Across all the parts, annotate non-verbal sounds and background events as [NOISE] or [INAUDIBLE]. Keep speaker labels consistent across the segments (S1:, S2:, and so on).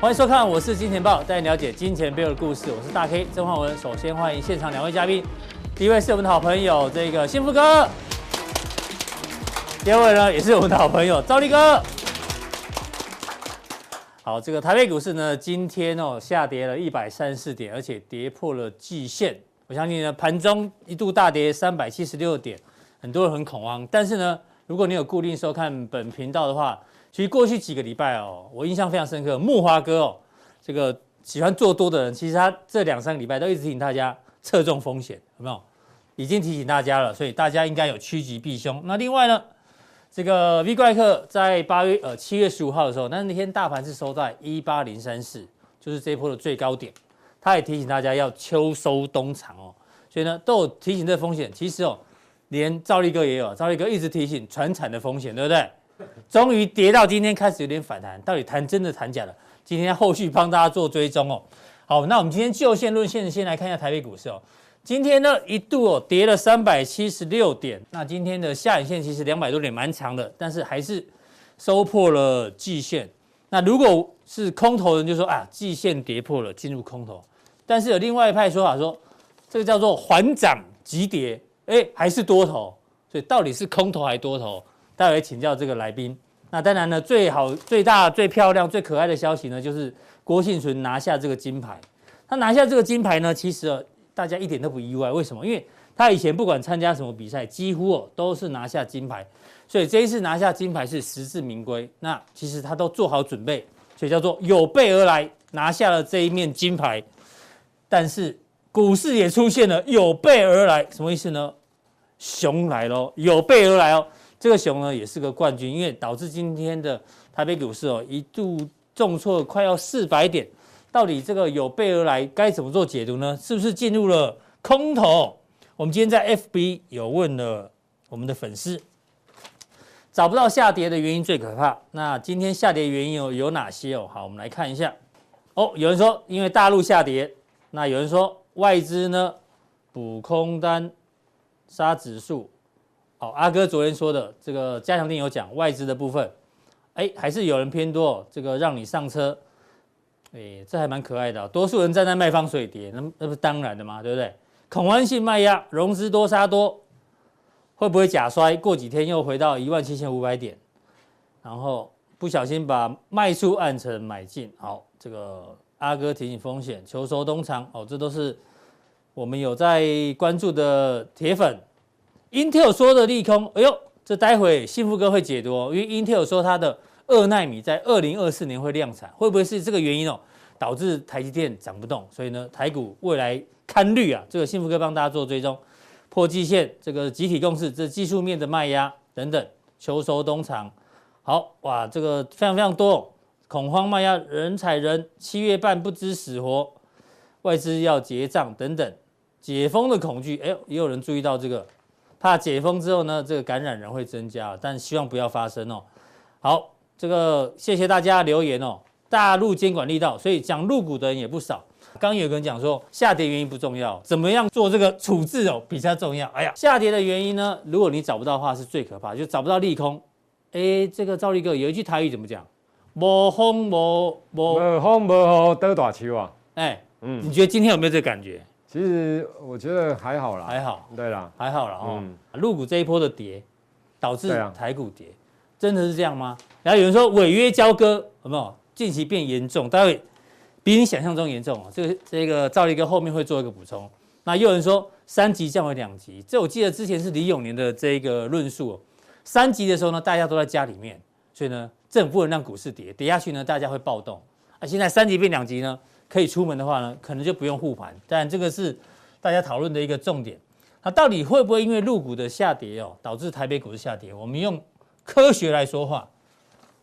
S1: 欢迎收看，我是金钱豹，带你了解金钱背后的故事。我是大 K 曾焕文。首先欢迎现场两位嘉宾，第一位是我们的好朋友这个幸福哥，第二位呢也是我们的好朋友赵力哥。好，这个台北股市呢，今天哦下跌了一百三十四点，而且跌破了季线。我相信呢，盘中一度大跌三百七十六点，很多人很恐慌。但是呢，如果你有固定收看本频道的话，其实过去几个礼拜哦，我印象非常深刻，木华哥哦，这个喜欢做多的人，其实他这两三个礼拜都一直提醒大家侧重风险，有没有？已经提醒大家了，所以大家应该有趋吉避凶。那另外呢，这个 V 怪客在八月呃七月十五号的时候，那那天大盘是收在一八零三四，就是这一波的最高点。他也提醒大家要秋收冬藏哦，所以呢都有提醒这风险。其实哦，连赵力哥也有，赵力哥一直提醒船产的风险，对不对？终于跌到今天开始有点反弹，到底谈真的谈假的？今天后续帮大家做追踪哦。好，那我们今天就线论线，先来看一下台北股市哦。今天呢一度哦跌了三百七十六点，那今天的下影线其实两百多点蛮长的，但是还是收破了季线。那如果是空头人就说啊季线跌破了，进入空头。但是有另外一派说法说，这个叫做缓涨急跌，哎还是多头，所以到底是空头还多头？待会请教这个来宾。那当然呢，最好、最大、最漂亮、最可爱的消息呢，就是郭幸存拿下这个金牌。他拿下这个金牌呢，其实哦大家一点都不意外。为什么？因为他以前不管参加什么比赛，几乎哦都是拿下金牌，所以这一次拿下金牌是实至名归。那其实他都做好准备，所以叫做有备而来，拿下了这一面金牌。但是股市也出现了有备而来，什么意思呢？熊来喽，有备而来哦。这个熊呢也是个冠军，因为导致今天的台北股市哦一度重挫快要四百点，到底这个有备而来该怎么做解读呢？是不是进入了空头？我们今天在 FB 有问了我们的粉丝，找不到下跌的原因最可怕。那今天下跌原因有有哪些哦？好，我们来看一下。哦，有人说因为大陆下跌，那有人说外资呢补空单杀指数，好，阿哥昨天说的这个加强定有讲外资的部分，哎，还是有人偏多哦，这个让你上车，哎，这还蛮可爱的哦、多数人站在卖方水跌，那那不是当然的嘛，对不对？恐慌性卖压，融资多杀多，会不会假摔？过几天又回到一万七千五百点，然后不小心把卖出按成买进，好，这个阿哥提醒风险，求收冬藏，哦，这都是我们有在关注的铁粉。Intel 说的利空，哎呦，这待会幸福哥会解读哦，因为 Intel 说它的二纳米在二零二四年会量产，会不会是这个原因哦，导致台积电涨不动？所以呢，台股未来看绿啊，这个幸福哥帮大家做追踪，破季线，这个集体共识，这技术面的卖压等等，求收东藏。好哇，这个非常非常多哦、恐慌卖压，人踩人，七月半不知死活，外资要结账等等，解封的恐惧，哎呦，也有人注意到这个。怕解封之后呢，这个感染人会增加，但希望不要发生哦。好，这个谢谢大家留言哦。大陆监管力道，所以讲入股的人也不少。刚有个人讲说，下跌原因不重要，怎么样做这个处置哦比较重要。哎呀，下跌的原因呢，如果你找不到的话，是最可怕，就找不到利空。哎，这个赵立哥有一句台语怎么讲？无风无无，
S2: 无风无雨得大树啊。
S1: 哎，
S2: 嗯，
S1: 你觉得今天有没有这个感觉？
S2: 其实我觉得还好啦，
S1: 还好，
S2: 对啦，
S1: 还好了哦
S2: 嗯。
S1: 入股这一波的跌，导致
S2: 对啊
S1: 台股跌，真的是这样吗？然后有人说违约交割有没有近期变严重？待会比你想象中严重哦。这个这个赵立哥后面会做一个补充。那又有人说三级降为两级，这我记得之前是李永年的这个论述、哦。三级的时候呢，大家都在家里面，所以呢，政府不能让股市跌，跌下去呢，大家会暴动。啊，现在三级变两级呢，可以出门的话呢，可能就不用护盘。但这个是大家讨论的一个重点。那到底会不会因为入股的下跌哦，导致台北股市下跌？我们用科学来说话，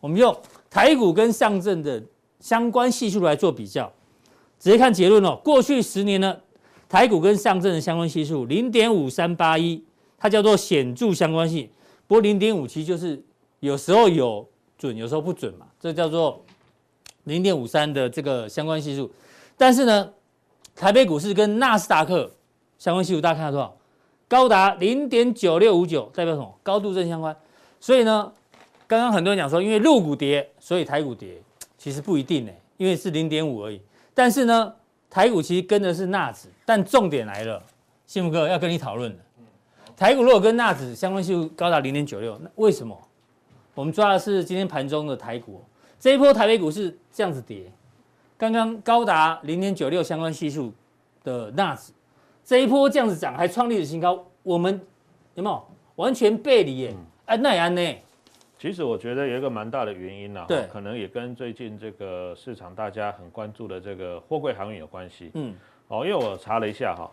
S1: 我们用台股跟上证的相关系数来做比较，直接看结论哦。过去十年呢，台股跟上证的相关系数零点五三八一，它叫做显著相关性。不过零点五七就是有时候有准，有时候不准嘛，这叫做零点五三的这个相关系数。但是呢，台北股市跟纳斯达克相关系数大家看到多少？高达零点九六五九，代表什么？高度正相关。所以呢，刚刚很多人讲说，因为陆股跌，所以台股跌，其实不一定呢、因为是零点五而已。但是呢，台股其实跟的是纳指，但重点来了，幸福哥要跟你讨论了。台股如果跟纳指相关系数高达零点九六，那为什么？我们抓的是今天盘中的台股，哦这一波台北股市这样子跌，刚刚高达零点九六相关系数的纳指，这一波这样子涨还创历史新高，我们有没有完全背离
S3: 嗯
S1: 耶？哎、那也安呢？
S3: 其实我觉得有一个蛮大的原因啦、
S1: 对
S3: 可能也跟最近这个市场大家很关注的这个货柜航运有关系。
S1: 嗯，
S3: 哦，因为我查了一下哈、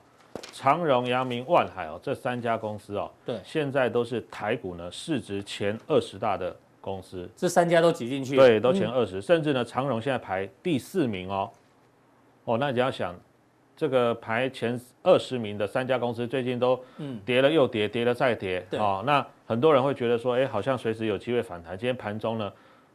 S3: 长荣、阳明、万海哦这三家公司哦，
S1: 对
S3: 现在都是台股呢市值前二十大的公司，
S1: 这三家都挤进去，
S3: 对，都前
S1: 嗯
S3: 二十、甚至呢长荣现在排第四名哦。哦，那你要想，这个排前二十名的三家公司最近都
S1: 嗯
S3: 跌了又跌，跌了再跌，
S1: 对
S3: 哦，那很多人会觉得说，哎，好像随时有机会反弹。今天盘中呢，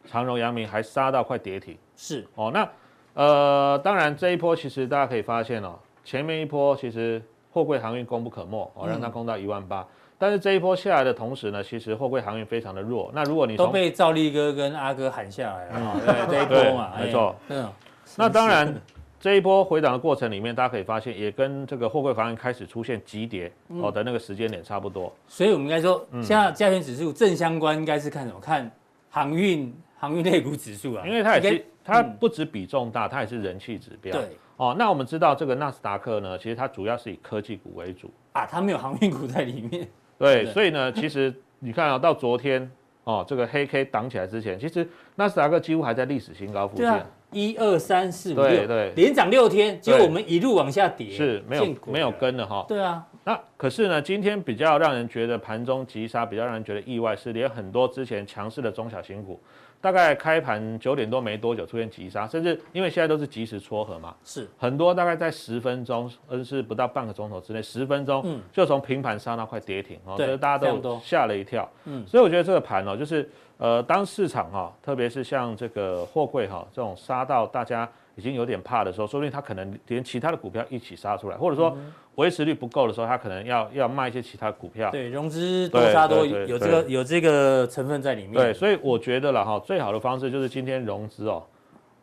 S3: 长荣、阳明还杀到快跌停，
S1: 是
S3: 哦，那呃，当然这一波其实大家可以发现哦，前面一波其实货柜航运功不可没，
S1: 嗯
S3: 哦，让它攻到一万八、但是这一波下来的同时呢，其实货柜航运非常的弱。那如果你
S1: 都
S3: 从嗯
S1: 被赵力哥跟阿哥喊下来了啊，对这一波嘛，
S3: 对
S1: 哎
S3: 没错，
S1: 嗯，
S3: [LAUGHS] 那当然，这一波回档的过程里面，大家可以发现，也跟这个货柜航运开始出现急跌
S1: 嗯
S3: 哦的那个时间点差不多。
S1: 所以我们应该说，
S3: 嗯
S1: 现在加权指数正相关应该是看什么？看航运航运类股指数啊，
S3: [LAUGHS] 因为它也
S1: 应
S3: 是
S1: 该
S3: 它不止比重大，它也是人气指标。
S1: 嗯对
S3: 哦，那我们知道这个纳斯达克呢，其实它主要是以科技股为主。
S1: 啊，它没有航运股在里面，
S3: 对，
S1: 对
S3: 所以
S1: [LAUGHS]
S3: 呢，其实你看啊，到昨天哦，这个黑 K 挡起来之前，其实纳斯达克几乎还在历史新高附
S1: 对
S3: 近。
S1: 啊，一二三四五
S3: 对
S1: 六，
S3: 对
S1: 连涨六天，结果
S3: 对
S1: 我们一路往下跌，
S3: 是没有
S1: 见鬼
S3: 没有
S1: 了，
S3: 跟的哈，
S1: 对啊，
S3: 那可是呢，今天比较让人觉得盘中急杀，比较让人觉得意外是，连很多之前强势的中小型股，大概开盘九点多没多久出现急杀，甚至因为现在都是及时撮合嘛，
S1: 是
S3: 很多大概在十分钟，甚至不到半个钟头之内，十分钟
S1: 嗯
S3: 就从平盘杀到快跌停哦，
S1: 对
S3: 所以大
S1: 非
S3: 家
S1: 常
S3: 都
S1: 多
S3: 吓了一跳。
S1: 嗯
S3: 所以我觉得这个盘哦，就是呃，当市场哈、哦，特别是像这个货柜哈、这种杀到大家已经有点怕的时候，说不定它可能连其他的股票一起杀出来，或者
S1: 嗯
S3: 说维持率不够的时候，它可能要要卖一些其他股票。
S1: 对，融资多
S3: 啊对
S1: 杀多
S3: 对对
S1: 有这个有这个成分在里面，
S3: 对，所以我觉得了哈、最好的方式就是今天融资哦，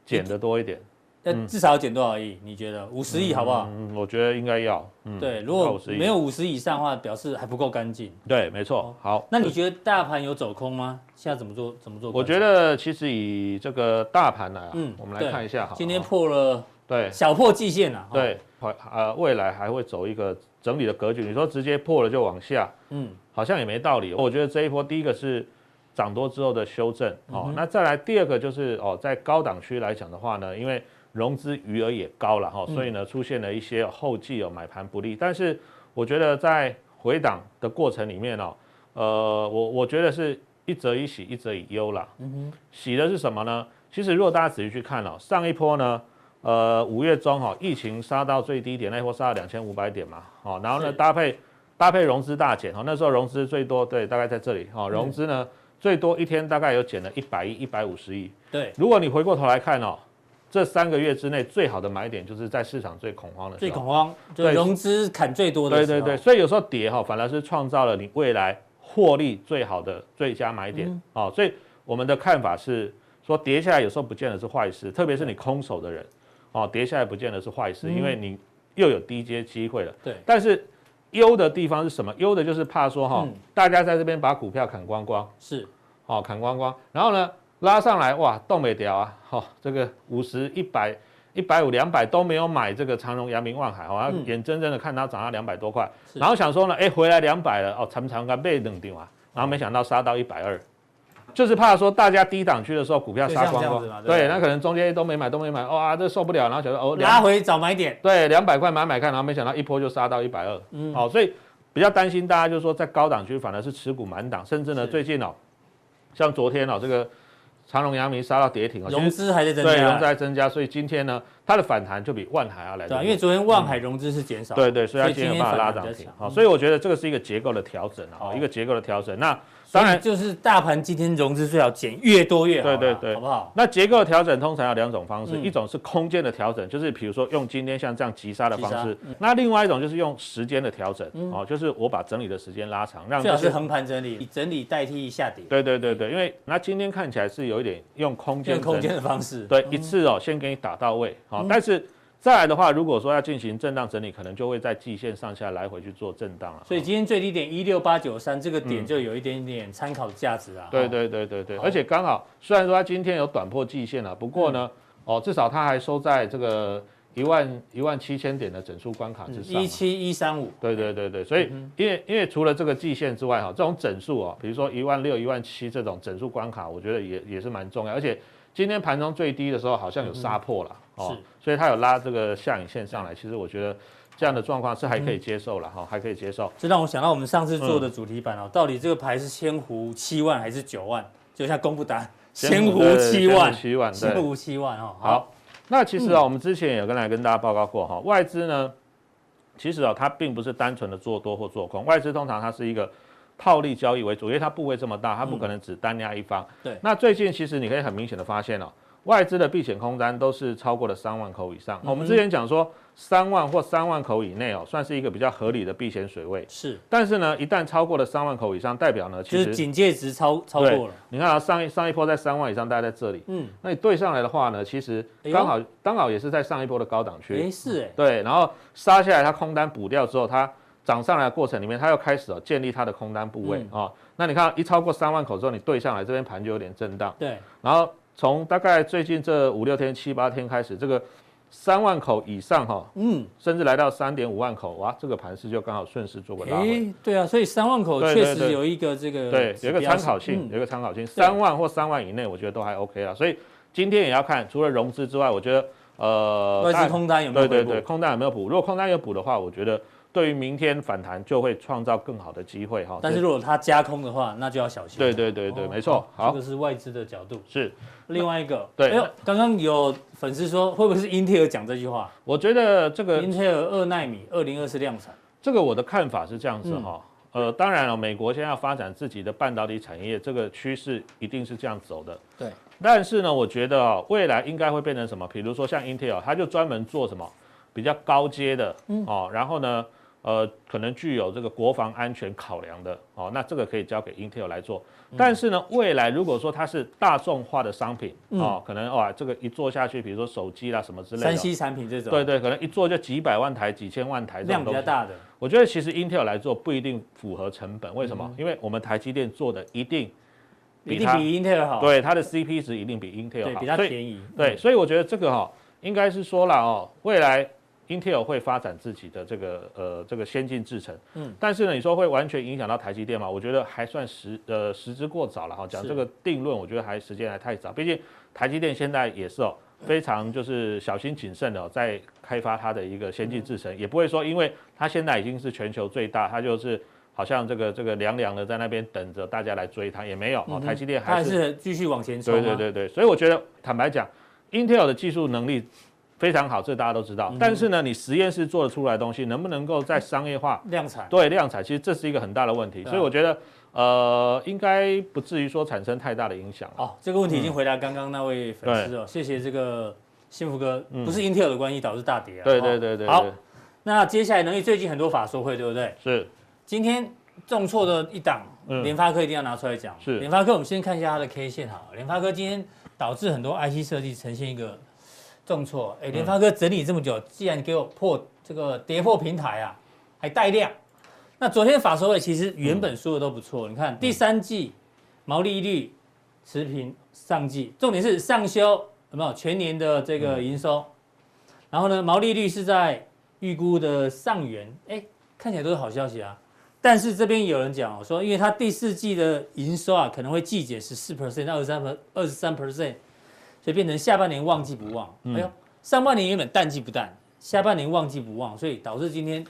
S3: 减的多一点。
S1: 那至少要减多少亿？你觉得五十亿好不好？
S3: 嗯嗯，我觉得应该要。嗯，
S1: 对，如果
S3: 50亿
S1: 没有哦五十以上的话，表示还不够干净。
S3: 对，没错。好，
S1: 那你觉得大盘有走空吗？现在怎么做？怎么做
S3: 我
S1: 观察？
S3: 觉得其实以这个大盘来、啊，
S1: 嗯
S3: 我们
S1: 对
S3: 来看一下好了。
S1: 今天破了
S3: 对
S1: 小破季线了。哦，
S3: 对，还呃未来还会走一个整理的格局。你说直接破了就往下，
S1: 嗯，
S3: 好像也没道理。我觉得这一波第一个是涨多之后的修正哦，那再来第二个就是哦，在高档区来讲的话呢，因为融资余额也高了哈、哦，所以呢出现了一些后继有买盘不利，但是我觉得在回档的过程里面哦，呃，我我觉得是一则以喜，一则以忧啦。嗯喜的是什么呢？其实如果大家仔细去看哦，上一波呢。呃，五月中哈、哦，疫情杀到最低点，那一波杀了两千五百点嘛，哦，然后呢
S1: 是
S3: 搭配搭配融资大减哦，那时候融资最多对，大概在这里
S1: 嗯
S3: 哦，融资呢、最多一天大概有减了一百亿、一百五十亿。
S1: 对，
S3: 如果你回过头来看哦，这三个月之内最好的买点就是在市场最恐慌的时
S1: 最
S3: 候，
S1: 恐慌，就
S3: 对
S1: 融资砍最多的
S3: 对
S1: 时
S3: 对
S1: 候。
S3: 对，所以有时候跌哈、哦反而是创造了你未来获利最好的最佳买点、
S1: 嗯
S3: 哦。所以我们的看法是说，跌下来有时候不见得是坏事，特别是你空手的人哦，跌下来不见得是坏事，
S1: 嗯
S3: 因为你又有低阶机会了。
S1: 对
S3: 但是忧的地方是什么？忧的就是怕说哈、
S1: 嗯
S3: 大家在这边把股票砍光光。
S1: 是
S3: 哦，砍光光，然后呢拉上来，哇，动没掉啊，哦，这个五十、一百、一百五、两百都没有买这个长荣、阳明、万海，哦，
S1: 嗯
S3: 眼睁睁的看它涨到两百多块，
S1: 是
S3: 然后想说呢，哎，回来两百了，哦，长不长干被冷掉啊，然后没想到杀到一百二。就是怕说大家低档区的时候股票杀
S1: 就
S3: 光
S1: 像这样
S3: 光
S1: 子嘛，对
S3: 对，那可能中间都没买，都没买，哇，这受不了，然后想说哦，两
S1: 拉回找买点。
S3: 对，两百块买买看，然后没想到一波就杀到一百二，
S1: 嗯
S3: 嗯，好、所以比较担心大家就是说在高档区反而是持股满档，甚至呢
S1: 是
S3: 最近哦，像昨天哦这个长隆、阳明杀到跌停哦，其
S1: 融
S3: 实
S1: 资还在增加，
S3: 对融资在增加，所以今天呢它的反弹就比万海要来
S1: 对
S3: 的
S1: 吧？
S3: 弱。
S1: 因为昨天万海融资是减少，
S3: 嗯对对，所以它
S1: 所以
S3: 今天
S1: 今天
S3: 有办法
S1: 反
S3: 拉
S1: 而
S3: 涨
S1: 比较
S3: 停
S1: 强。
S3: 好，所以我觉得这个是一个结构的调整
S1: 好
S3: 啊，一个结构的调整。那
S1: 所以
S3: 当然，
S1: 就是大盘今天融资最好减越多越好啦，
S3: 对对对
S1: 好不好？
S3: 那结构的调整通常有两种方式，
S1: 嗯
S3: 一种是空间的调整，就是比如说用今天像这样急杀的方式
S1: 急；嗯
S3: 那另外一种就是用时间的调整，哦，就是我把整理的时间拉长，让
S1: 最好
S3: 这些
S1: 是横盘整理，以整理代替下跌，
S3: 对对对对，因为那今天看起来是有一点用空间
S1: 用空
S3: 整
S1: 间的嗯方式。
S3: 对，一次哦，先给你打到位，好、但是再来的话，如果说要进行震荡整理，可能就会在季线上下来回去做震荡了。
S1: 所以
S3: 哦
S1: 今天最低点一六八九三这个点就有一点点参考价值啊。
S3: 嗯对
S1: 哦，
S3: 对对对对，
S1: 好
S3: 而且刚好，虽然说它今天有短破季线了、不过呢，
S1: 嗯
S3: 哦，至少它还收在这个一万一万七千点的整数关卡之上嘛。
S1: 嗯
S3: 啊
S1: 一嗯七一三五，
S3: 对对对对，所以因为因为除了这个季线之外哈，这种整数哦，比如说一万六、一万七这种整数关卡，我觉得也也是蛮重要。而且今天盘中最低的时候好像有杀破了、
S1: 嗯
S3: 哦
S1: 是，
S3: 所以它有拉这个下影线上来。其实我觉得这样的状况是还可以接受了哈、还可以接受。
S1: 这让我想到我们上次做
S3: 嗯
S1: 的主题版哦，到底这个牌是千湖七万还是九万？就像公布答案，千湖七万，
S3: 七万，对
S1: 千。湖七万哦。
S3: 好，那其实啊，我们之前有跟来跟大家报告过哈，外资呢，其实啊，它并不是单纯的做多或做空，外资通常它是一个套利交易为主，因为它部位这么大，它不可能只单压一方。
S1: 嗯对
S3: 那最近其实你可以很明显的发现哦，外资的避险空单都是超过了三万口以
S1: 嗯
S3: 上。我们之前讲说三万或三万口以内哦，算是一个比较合理的避险水位。
S1: 是，
S3: 但是呢，一旦超过了三万口以上，代表呢，
S1: 就
S3: 其
S1: 是
S3: 实
S1: 警戒值超超过了，
S3: 你看啊，上一上一波在三万以上，大概在这里。
S1: 嗯，
S3: 那你对上来的话呢，其实
S1: 哎呦
S3: 刚好、刚好也是在上一波的高档区，
S1: 哎是哎，
S3: 对，然后杀下来，它空单补掉之后，它涨上来的过程里面，它又开始哦建立它的空单部位啊、
S1: 嗯
S3: 哦。那你看一超过三万口之后，你对上来这边盘就有点震荡，
S1: 对，
S3: 然后从大概最近这五六天、七八天开始，这个三万口以上哈、哦，
S1: 嗯，
S3: 甚至来到三点五万口，哇，这个盘势就刚好顺势做个拉回。
S1: 哎对啊，所以三万口
S3: 对
S1: 确
S3: 对
S1: 实
S3: 对
S1: 有一个这个
S3: 对，有一
S1: 指
S3: 个
S1: 标
S3: 参
S1: 性
S3: 考性，
S1: 嗯
S3: 有一个参考性，三万或三万以内，我觉得都还 OK 啦。所以今天也要看，除了融资之外，我觉得呃，
S1: 外
S3: 大
S1: 资空单有没有
S3: 对
S1: 回
S3: 对
S1: 补？
S3: 对，空单有没有补？如果空单有补的话，我觉得对于明天反弹就会创造更好的机会哈。
S1: 但是
S3: 这
S1: 如果它加空的话，那就要小心。
S3: 对对对对，
S1: 哦
S3: 没错，
S1: 这
S3: 好
S1: 个是外资的角度。
S3: 是，
S1: 另外一个，
S3: 对
S1: 哎呦，刚刚有粉丝说，会不会是英特尔讲这句话？
S3: 我觉得这个
S1: 英特尔二纳米二零二四量产，
S3: 这个我的看法是这样子
S1: 嗯
S3: 哈、呃，当然了，美国现在要发展自己的半导体产业，这个趋势一定是这样走的。
S1: 对。
S3: 但是呢，我觉得啊、未来应该会变成什么？比如说像 Intel，它就专门做什么比较高阶的、
S1: 嗯
S3: 哦，然后呢，呃，可能具有这个国防安全考量的哦，那这个可以交给 Intel 来做。
S1: 嗯
S3: 但是呢，未来如果说它是大众化的商品、哦，可能哇，这个一做下去，比如说手机啦什么之类
S1: 嗯
S3: 的，
S1: 三 C 产品这种，
S3: 对，对，可能一做就几百万台、几千万台这
S1: 量
S3: 种
S1: 比
S3: 东
S1: 较
S3: 西。
S1: 大的，
S3: 我觉得其实 Intel 来做不一定符合成本，为什
S1: 嗯
S3: 么？因为我们台积电做的一定
S1: 一
S3: 比
S1: 定
S3: 它
S1: 比英特尔好，
S3: 对它的 CP 值一定比 Intel
S1: 对，
S3: 好，
S1: 比它
S3: 所以
S1: 便宜。嗯
S3: 对，所以我觉得这个哈、应该是说了哦，未来 Intel 会发展自己的这个呃这个先进制程，
S1: 嗯
S3: 嗯，但是呢，你说会完全影响到台积电吗？我觉得还算时呃时之过早了哈、讲
S1: 是
S3: 这个定论，我觉得还时间还太早，毕竟台积电现在也是哦。非常就是小心谨慎的、哦、在开发它的一个先进制程，也不会说因为它现在已经是全球最大，它就是好像这个这个凉凉的在那边等着大家来追它，也没有、哦。台积电
S1: 它
S3: 还
S1: 还
S3: 是
S1: 是继续往前冲啊。
S3: 对对对对，所以我觉得坦白讲，Intel 的技术能力非常好，这大家都知
S1: 嗯
S3: 道。但是呢，你实验室做得出来的东西，能不能够在商业化
S1: 量产。
S3: 对量产，其实这是一个很大的问题。
S1: 对啊
S3: 所以我觉得，呃，应该不至于说产生太大的影响。
S1: 哦，这个问题已经回答刚刚那位粉丝哦，谢谢这个幸福哥，不是英特尔的关系导致大跌啊。
S3: 嗯对
S1: 哦
S3: 对对对，
S1: 好
S3: 对，
S1: 那接下来呢？因为最近很多法说会，对不对？
S3: 是
S1: 今天重挫的一档，
S3: 嗯
S1: 联发科一定要拿出来讲。
S3: 是
S1: 联发科，我们先看一下它的 K 线好了。联发科今天导致很多 IC 设计呈现一个重挫。
S3: 嗯
S1: 哎，联发科整理这么久，既然给我破这个跌破平台啊，还带量。那昨天法说会其实原本说的都不错，
S3: 嗯
S1: 你看第三季毛利率持平上季，重点是上修有没有全年的这
S3: 嗯
S1: 个营收，然后呢毛利率是在预估的上缘，哎，看起来都是好消息啊。但是这边有人讲哦，说因为它第四季的营收啊可能会季减十四 percent 到二三二十三 percent，所以变成下半年旺季不旺。
S3: 嗯
S1: 哎呦，上半年原本淡季不淡，下半年旺季不旺，所以导致今天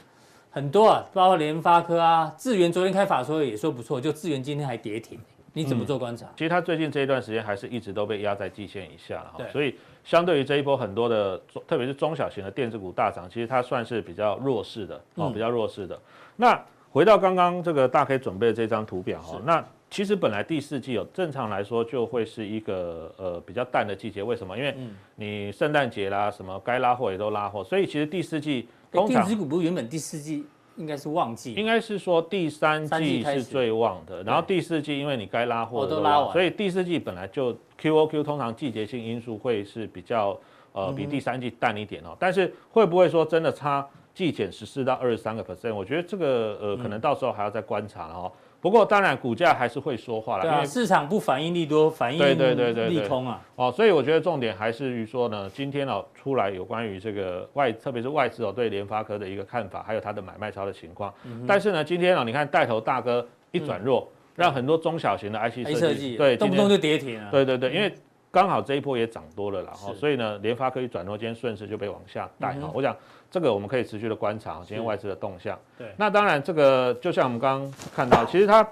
S1: 很多啊，包括联发科啊、智源昨天开法说也说不错，就智源今天还跌停，你怎么做观察？
S3: 嗯其实它最近这一段时间还是一直都被压在季线以下了哈
S1: 对，
S3: 所以相对于这一波很多的，中特别是中小型的电子股大涨，其实它算是比较弱势的哦，
S1: 嗯
S3: 比较弱势的。那回到刚刚这个大 K 准备的这张图表哈、哦，那其实本来第四季有正常来说就会是一个呃比较淡的季节，为什么？因为
S1: 嗯
S3: 你圣诞节啦，什么该拉货也都拉货，所以其实第四季
S1: 哎
S3: 通
S1: 电
S3: 常
S1: 子股不是原本第四季应该是旺季，
S3: 应该是说第三
S1: 三季
S3: 季
S1: 开始
S3: 是最旺的，然后第四季因为你该拉货
S1: 我
S3: 的
S1: 都
S3: 都
S1: 拉
S3: 拉
S1: 完
S3: 所以第四季本来就 QOQ 通常季节性因素会是比较
S1: 嗯
S3: 呃比第三季淡一点哦，但是会不会说真的差季减十四到二十三个 percent？我觉得这个呃
S1: 嗯
S3: 可能到时候还要再观察了哦。不过当然股价还是会说话了，
S1: 对
S3: 因
S1: 啊，
S3: 为
S1: 市场不反应利多，反应
S3: 对对对对对
S1: 利空啊，
S3: 哦，所以我觉得重点还是于说呢，今天哦出来有关于这个外，特别是外资哦对联发科的一个看法，还有它的买卖超的情况。
S1: 嗯
S3: 但是呢，今天哦你看带头大哥一转弱，让很多中小型的 IC
S1: A
S3: 设
S1: 嗯设
S3: 计
S1: 计
S3: 对
S1: 动不
S3: 今
S1: 动
S3: 天
S1: 就跌停了，
S3: 对对对，因为刚好这一波也涨多了啦，哈，
S1: 是
S3: 所以呢联发科一转弱，今天顺势就被往下带
S1: 嗯
S3: 哈
S1: 哼。
S3: 我想这个我们可以持续的观察哦今天
S1: 是
S3: 外资的动向。
S1: 对
S3: 那当然这个就像我们刚刚看到，其实它。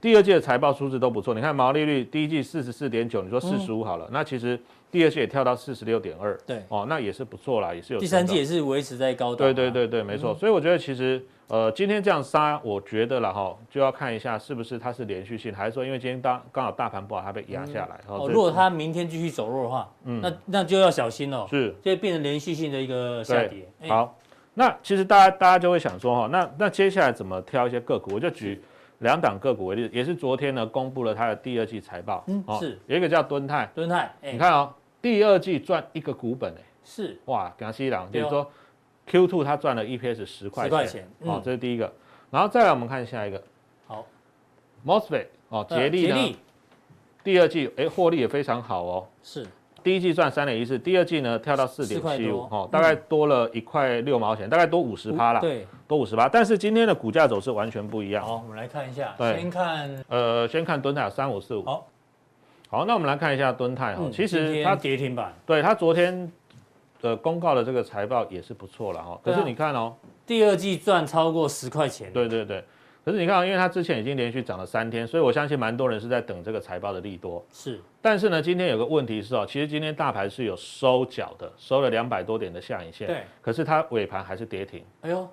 S3: 第二季的财报数字都不错，你看毛利率第一季四十四点九，你
S1: 嗯
S3: 说四十五好了，那其实第二季也跳到四十六点二，
S1: 对
S3: 哦，那也是不错啦，也是有
S1: 第三
S3: 成
S1: 季也
S3: 长
S1: 是啊维持在高档、
S3: 对对，对对，没错。
S1: 嗯
S3: 所以我觉得其实呃，今天这样杀，我觉得了哈，就要看一下是不是它是连续性，还是说因为今天当刚好大盘不好，它被压下来。
S1: 哦，
S3: 这嗯
S1: 如果它明天继续走弱的话，那那就要小心哦，
S3: 是
S1: 就会变成连续性的一个下跌。哎，
S3: 好，那其实大家大家就会想说哈，那那接下来怎么挑一些个股？我就举两档个股为例，也是昨天呢公布了它的第二季财报，哦
S1: 嗯是
S3: 有一个叫敦泰，
S1: 敦泰，哎
S3: 你看哦，第二季赚一个股本哎、
S1: 是
S3: 哇，给他吸一档，比
S1: 对哦
S3: 如说 Q two 它赚了 EPS 十块
S1: 10
S3: 钱，
S1: 块钱嗯
S3: 哦，这是第一个。然后再来我们看下一个
S1: 好，
S3: MOSFET 哦，
S1: 呃
S3: 捷力
S1: 捷
S3: 呢
S1: 力
S3: 第二季哎获利也非常好哦，
S1: 是
S3: 第一季赚三点一四，第二季呢跳到四
S1: 4
S3: 点
S1: 块
S3: 七
S1: 多
S3: 五哦，大概多了一块六毛钱，大概多五十趴啦，
S1: 对，
S3: 多五十趴。但是今天的股价走势完全不一样。
S1: 好，我们来看一下，
S3: 对
S1: 先看
S3: 呃，先看敦泰三五四五，
S1: 好，
S3: 好，那我们来看一下敦泰哈
S1: 嗯，
S3: 其
S1: 今
S3: 实
S1: 天
S3: 它
S1: 跌停板，
S3: 对它昨天呃公告的这个财报也是不错了哈，可
S1: 对
S3: 是
S1: 啊
S3: 你看哦，
S1: 第二季赚超过十块钱，
S3: 对对对。可是你看啊，因为它之前已经连续涨了三天，所以我相信蛮多人是在等这个财报的利多。
S1: 是
S3: 但是呢，今天有个问题是哦，其实今天大盘是有收脚的，收了两百多点的下影线，
S1: 对，
S3: 可是它尾盘还是跌停。
S1: 哎呦，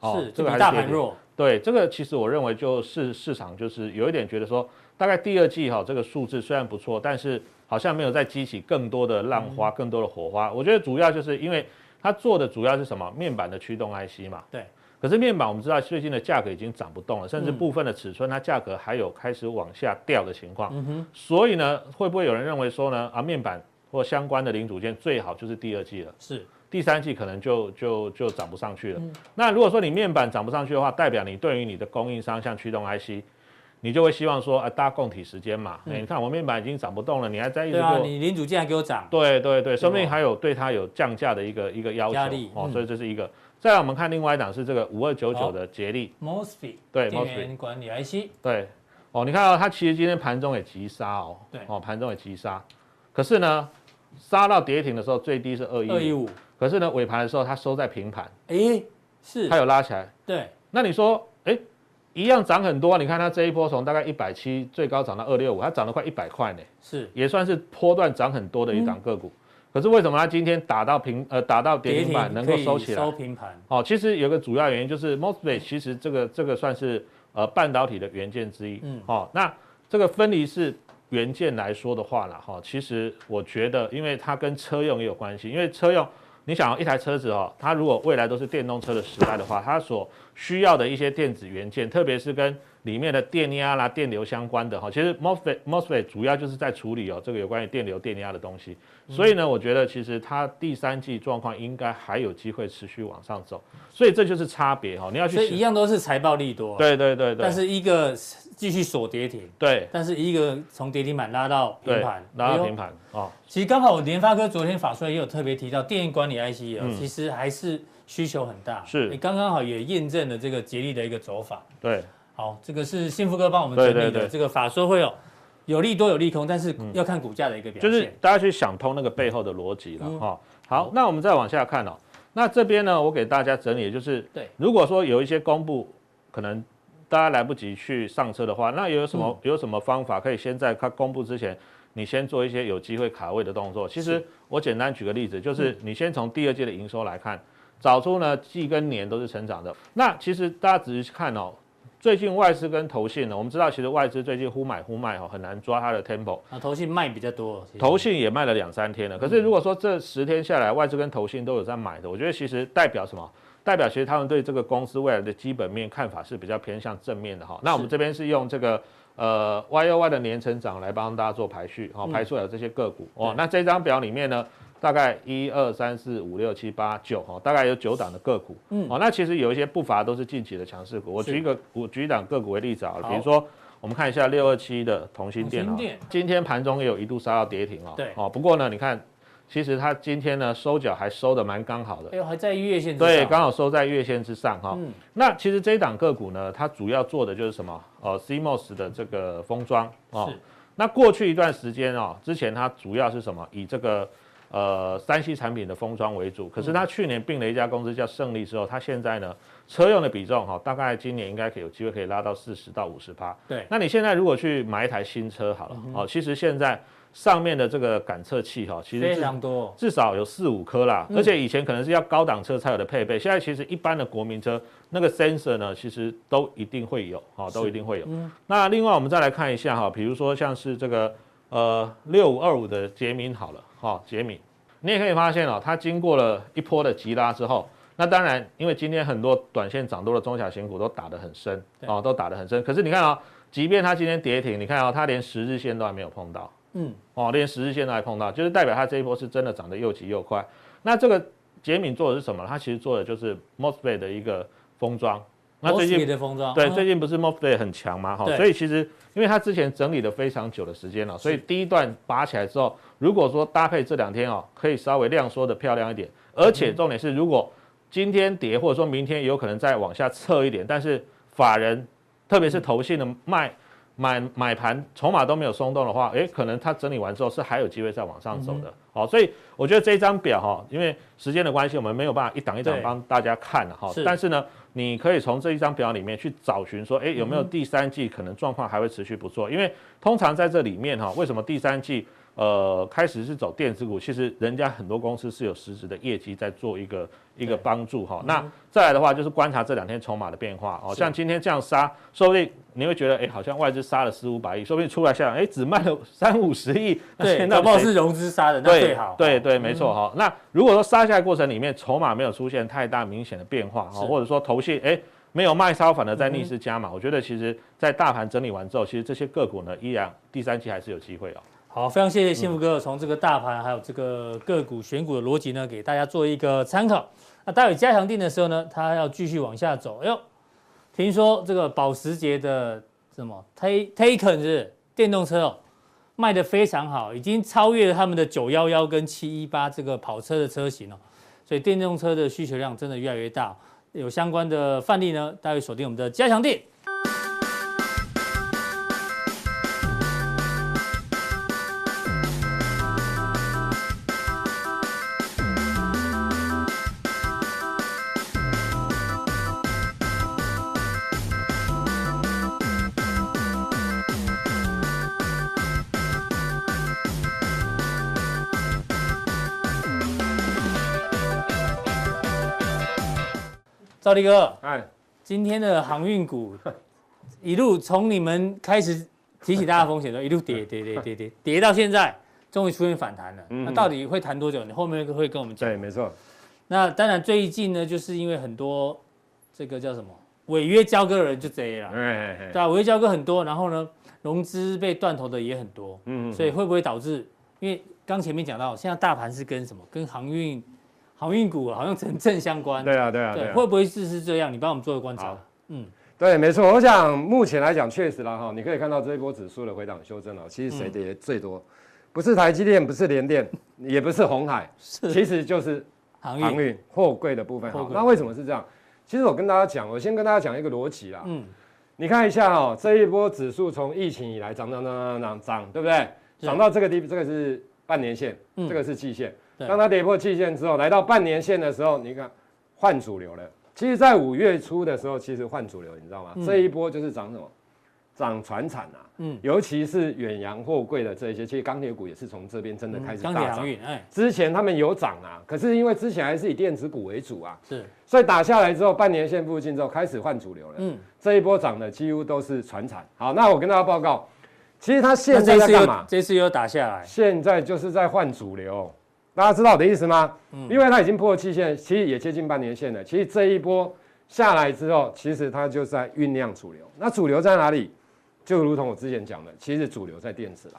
S3: 哦
S1: 是
S3: 这
S1: 就比
S3: 个还是
S1: 大
S3: 跌
S1: 盘
S3: 停
S1: 弱，
S3: 对，这个其实我认为就是市场就是有一点觉得说，大概第二季哈、这个数字虽然不错，但是好像没有再激起更多的浪花、
S1: 嗯
S3: 更多的火花。我觉得主要就是因为它做的主要是什么面板的驱动 IC 嘛。
S1: 对。
S3: 可是面板我们知道最近的价格已经涨不动了，甚至
S1: 嗯
S3: 部分的尺寸它价格还有开始往下掉的情况。
S1: 嗯哼，
S3: 所以呢，会不会有人认为说呢啊面板或相关的零组件最好就是第二季了？
S1: 是
S3: 第三季可能就就就涨不上去
S1: 嗯
S3: 了。那如果说你面板涨不上去的话，代表你对于你的供应商像驱动 IC，你就会希望说啊，大家共体时间嘛。哎你看我面板已经涨不动了，你还在一
S1: 嗯
S3: 直
S1: 对
S3: 做，
S1: 啊，你零组件还给我涨，
S3: 对对对，说不定还有对它有降价的一个一个要求
S1: 压力
S3: 哦
S1: 嗯。
S3: 所以这是一个。再来我们看另外一档是这个五二九
S1: 好
S3: 九的捷力，
S1: MOSFET
S3: 对
S1: 电
S3: MOSFET
S1: 源管理 IC
S3: 对，哦，你看到、它其实今天盘中也急杀哦，
S1: 对
S3: 哦，盘中也急杀，可是呢，杀到跌停的时候最低是二
S1: 二一
S3: 一五，
S1: 五，
S3: 可是呢尾盘的时候它收在平盘，
S1: 哎，是
S3: 它，有拉起来。
S1: 对，
S3: 那你说，哎，一样涨很多啊？你看它这一波从大概一百七最高涨到二六五，它涨了快一百块呢，
S1: 是
S3: 也算是波段涨很多的一档个
S1: 嗯
S3: 股。可是为什么它今天打到平呃打到跌停板能够
S1: 可以
S3: 收起来
S1: 收？平盘，
S3: 哦，其实有个主要原因就是 MOSFET 其实这个这个算是呃半导体的元件之一。
S1: 嗯
S3: 嗯，哦，那这个分离式元件来说的话啦，哈、其实我觉得因为它跟车用也有关系，因为车用你想哦一台车子哦，它如果未来都是电动车的时代的话，它所需要的一些电子元件，特别是跟里面的电压啦、电流相关的哈，其实 MOSFET MOSFET 主要就是在处理哦这个有关于电流、电压的东西。
S1: 嗯
S3: 所以呢，我觉得其实它第三季状况应该还有机会持续往上走，所以这就是差别哈、你要去
S1: 所以一
S3: 想，
S1: 样都是财报利多，
S3: 对对对对，
S1: 但是一个继续锁跌停，
S3: 对
S1: 但是一个从跌停板拉到平
S3: 对
S1: 盘，
S3: 拉
S1: 哎呦
S3: 到平盘哦，
S1: 其实刚好我联发科昨天法说也有特别提到，电源管理 IC 啊、
S3: 嗯
S1: 其实还是需求很大，
S3: 是
S1: 哎刚刚好也验证了这个捷力的一个走法。
S3: 对
S1: 好，这个是幸福哥帮我们整理
S3: 对对
S1: 的
S3: 对
S1: 这个法说会哦，有利多有利空，但是要看股价的一个表现。
S3: 就是大家去想通那个背后的逻辑了哈、
S1: 嗯
S3: 好，那我们再往下看哦。那这边呢，我给大家整理，就是
S1: 对，
S3: 如果说有一些公布，可能
S1: 嗯
S3: 大家来不及去上车的话，那有什么、有什么方法可以先在它公布之前你先做一些有机会卡位的动作。其实我简单举个例子，
S1: 嗯
S3: 就是你先从第二季的营收来看，找出呢季跟年都是成长的。那其实大家仔细看哦，最近外资跟投信呢，我们知道其实外资最近忽买忽卖哦，很难抓它的 tempo。
S1: 啊，投信卖比较多，其实嗯
S3: 投信也卖了两三天了，可是如果说这十天下来，外资跟投信都有在买的，我觉得其实代表什么？代表其实他们对这个公司未来的基本面看法是比较偏向正面的哈。那我们这边是用这个呃 Y O Y 的年成长来帮大家做排序哈，排出来的这些个股、哦
S1: 嗯对。
S3: 那这张表里面呢，大概一二三四五六七八九哈，大概有九档的个股。
S1: 嗯
S3: 哦，那其实有一些不乏都是近期的强势股。我
S1: 是
S3: 举一个我举一档个股为例子好了，
S1: 好
S3: 比如说我们看一下六二七的同心店
S1: 同
S3: 啊
S1: 心店，
S3: 今天盘中也有一度杀到跌停哦。
S1: 对
S3: 哦，不过呢，你看，其实它今天呢收脚还收的蛮刚好的
S1: 哎，呦还在月线之
S3: 对，
S1: 上
S3: 刚好收在月线之上哈、哦
S1: 嗯
S3: 那其实这一档个股呢，它主要做的就是什么？呃，CMOS 的这个封装哦
S1: 是。
S3: 那过去一段时间哦，之前它主要是什么？以这个呃三 C 产品的封装为主。可是
S1: 嗯
S3: 它去年并了一家公司叫胜利之后，它现在呢车用的比重哈、大概今年应该可以有机会可以拉到四十到五十趴。
S1: 对嗯
S3: 那你现在如果去买一台新车好了、哦，其实现在上面的这个感测器哈、其实
S1: 非
S3: 是
S1: 常多，哦
S3: 至少有四五颗啦，而且以前可能是要高档车才有的配备，现在其实一般的国民车那个 sensor 呢，其实都一定会有，哈、都一定会有。那另外我们再来看一下哈、比如说像是这个呃六五二五的杰敏好了，哈、杰敏，你也可以发现哦，它经过了一波的急拉之后，那当然因为今天很多短线涨多的中小型股都打得很深，
S1: 对
S3: 哦，都打得很深。可是你看啊、即便它今天跌停，你看啊、它连十日线都还没有碰到。
S1: 嗯，
S3: 哦，连十日线都还碰到，就是代表它这一波是真的涨得又急又快。那这个杰敏做的是什么？它其实做的就是 MOSFET 的一个封装。那最近
S1: Mosby 的封装，
S3: 对，
S1: 嗯
S3: 最近不是 MOSFET 很强嘛，哈
S1: 对，
S3: 所以其实因为它之前整理了非常久的时间了，哦所以第一段拔起来之后，如果说搭配这两天哦，可以稍微量缩的漂亮一点，而且
S1: 嗯
S3: 重点是，如果今天跌或者说明天也有可能再往下测一点，但是法人特别是投信的卖。
S1: 嗯
S3: 买买盘筹码都没有松动的话，诶，可能它整理完之后是还有机会再往上走
S1: 嗯
S3: 的。好、所以我觉得这张表哈，因为时间的关系，我们没有办法一档一档
S1: 对
S3: 帮大家看了哈。
S1: 是
S3: 但是呢，你可以从这一张表里面去找寻说，哎，
S1: 嗯
S3: 有没有第三季可能状况还会持续不错？因为通常在这里面哈，为什么第三季呃开始是走电子股？其实人家很多公司是有实质的业绩在做一个一个帮助哈。那再来的话就是观察这两天筹码的变化哦，
S1: 嗯是
S3: 像今天这样杀，说不定你会觉得哎，好像外资杀了四五百亿，说不定出来下来哎只卖了三五十亿， [LAUGHS]
S1: [LAUGHS]
S3: 那
S1: 对，
S3: 现在
S1: 搞不好
S3: 谁
S1: 是融资杀的，那
S3: 对
S1: 最好，嗯
S3: 对对，没错哈、那如果说杀下来过程里面筹码没有出现太大明显的变化哈、
S1: 是嗯
S3: 或者说头信哎没有卖超，反而在逆势加码、我觉得其实在大盘整理完之后，其实这些个股呢依然第三季还是有机会哦。
S1: 好，非常谢谢幸福哥从这个大盘还有这个个股选股的逻辑呢，给大家做一个参考。那待会加强定的时候呢，它要继续往下走。哎呦，听说这个保时捷的什么 Tay- Taycan 是不是电动车哦，卖得非常好，已经超越了他们的九幺幺跟七一八这个跑车的车型哦。所以电动车的需求量真的越来越大。有相关的范例呢，待会锁定我们的加强定。赵力哥，
S2: 哎，
S1: 今天的航运
S2: [LAUGHS]
S1: 股一路从你们开始提起大家风险的时候，
S2: [LAUGHS]
S1: 一路跌跌跌跌跌 [LAUGHS] 跌到现在，终于出现反弹了。
S2: 嗯
S1: 那到底会弹多久？你后面会跟我们讲。
S2: 对，没错，
S1: 那当然最近呢，就是因为很多这个叫什么违约交割的人就贼了，
S2: 哎，嘿
S1: 对啊，违约交割很多，然后呢，融资被断头的也很多，
S2: 嗯
S1: 所以会不会导致？因为刚前面讲到，现在大盘是跟什么？跟航运航运股好像成正相关。
S2: 对啊，对啊，对啊
S1: 会，不会是是这样？你帮我们做个观察
S2: 好。
S1: 嗯，
S2: 对，没错。我想目前来讲，确实啦哈，你可以看到这一波指数的回档修正哦，其实谁跌最多？不是台积电，不是联电，也不是红海，
S1: 是
S2: 其实就是
S1: 航
S2: 航
S1: 运。
S2: 运货柜的部分。
S1: 货
S2: 好，
S1: 柜
S2: 那为什么是这样？其实我跟大家讲，我先跟大家讲一个逻辑啦。
S1: 嗯，
S2: 你看一下哦，这一波指数从疫情以来涨涨涨涨涨涨，对不对？
S1: 是
S2: 涨到这个地，这个是半年线，
S1: 嗯
S2: 这个是季线。
S1: 对
S2: 当它跌破季线之后，来到半年线的时候，你看换主流了。其实，在五月初的时候，其实换主流，你知道吗？
S1: 嗯
S2: 这一波就是涨什么？涨船产啊，
S1: 嗯
S2: 嗯，尤其是远洋货柜的这一些，其实钢铁股也是从这边真的开始大
S1: 嗯钢铁
S2: 涨。
S1: 航运，哎，
S2: 之前他们有涨啊，可是因为之前还是以电子股为主啊，
S1: 是，
S2: 所以打下来之后，半年线附近之后开始换主流了。
S1: 嗯，
S2: 这一波涨的几乎都是船产。好，那我跟大家报告，其实它现
S1: 那
S2: 在
S1: 这
S2: 在
S1: 次
S2: 干
S1: 又
S2: 嘛？
S1: 这次又打下来，
S2: 现在就是在换主流，大家知道我的意思吗？
S1: 嗯
S2: 因为它已经破季线，其实也接近半年线了。其实这一波下来之后，其实它就是在酝酿主流。那主流在哪里？就如同我之前讲的，其实主流在电子啦，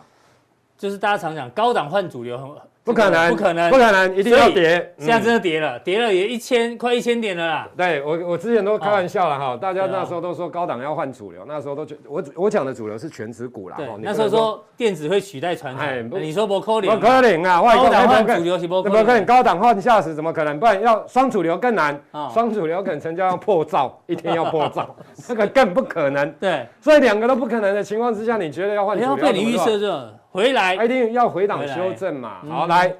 S1: 就是大家常讲高档换主流很
S2: 不可能，
S1: 不可能
S2: 不，可能，一定要
S1: 所以
S2: 跌。
S1: 现在
S2: 嗯
S1: 真的跌了，跌了也一千快一千点了啦，
S2: 对我，我之前都开玩笑了哈，大家
S1: 对啊
S2: 那时候都说高档要换主流，那时候都觉我我讲的主流是全指股啦。
S1: 对
S2: 哈，
S1: 那时候，说电子会取代传
S2: 哎
S1: 统，
S2: 不
S1: 你说不扣
S2: 你
S1: 脸
S2: 不能，不可能啊，外
S1: 高
S2: 国
S1: 档
S2: 怎么
S1: 换
S2: 可
S1: 主
S2: 能？
S1: 流是不
S2: 怎么
S1: 可
S2: 可能
S1: 能，
S2: 高档换下死？怎么可能？不然要双主流更难
S1: 啊，
S2: 双主流可能成交量破兆，一天要破 [LAUGHS] 兆，这个更不可能。
S1: 对，
S2: 所以两个都不可能的情况之下，你觉得要换主
S1: 然后
S2: 流？哎
S1: 被你预
S2: 怎
S1: 设
S2: 么
S1: 这种回来
S2: 做，一定要回档
S1: 回来嗯
S2: 修正嘛。好，来，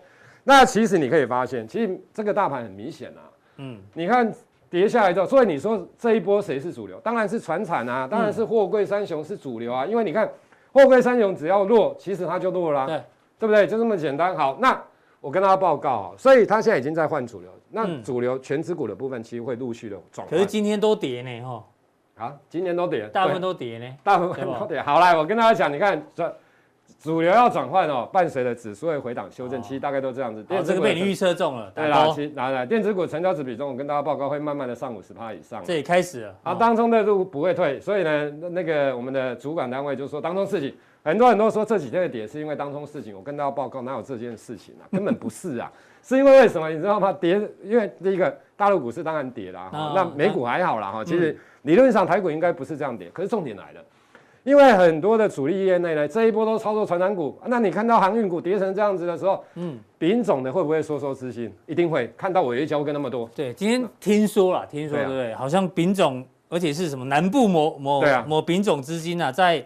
S2: 那其实你可以发现，其实这个大盘很明显啊，
S1: 嗯，
S2: 你看跌下来之后，所以你说这一波谁是主流？当然是船产啊，当然是货柜三雄是主流啊，因为你看货柜三雄只要弱，其实它就弱啦、
S1: 对
S2: 对不对？就这么简单。好，那我跟大家报告啊，所以它现在已经在换主流，那
S1: 嗯
S2: 主流全指股的部分其实会陆续的转
S1: 可
S2: 换
S1: 是。今天都跌呢，哈，
S2: 啊，今年都跌，
S1: 大部分
S2: 对
S1: 都跌呢，
S2: 大部
S1: 对
S2: 分
S1: 吧
S2: 都跌。好来，我跟大家讲，你看转主流要转换哦，伴随着指数会回档修正，
S1: 哦
S2: 其实大概都这样子。
S1: 哦，这个被你预测中了，
S2: 对
S1: 打
S2: 啦，
S1: 包
S2: 其，实来来，电子股成交值比重，我跟大家报告会慢慢的上五十趴以上。
S1: 这也开始了，
S2: 啊，
S1: 哦
S2: 当中的路不会退，所以呢，那那个我们的主管单位就说，当中事情很多人都说这几天的跌是因为当中事情，我跟大家报告哪有这件事情啊，根本不
S1: [LAUGHS]
S2: 是啊，是因为为什么你知道吗？跌，因为第一个大陆股市当然跌啦，哈
S1: 啊
S2: 那美股还好啦
S1: 哦
S2: 哈，其实理论上台股应该不是这样跌，可是重点来了。因为很多的主力业内呢，这一波都操作传产股，啊那你看到航运股跌成这样子的时候，
S1: 嗯
S2: 嗯，丙总的会不会收收资金？一定会，看到我有一交割那么多，
S1: 对，今天听说了，听说对
S2: 对啊
S1: 不对？好像丙种，而且是什么南部某某
S2: 对啊
S1: 某丙种资金啊，在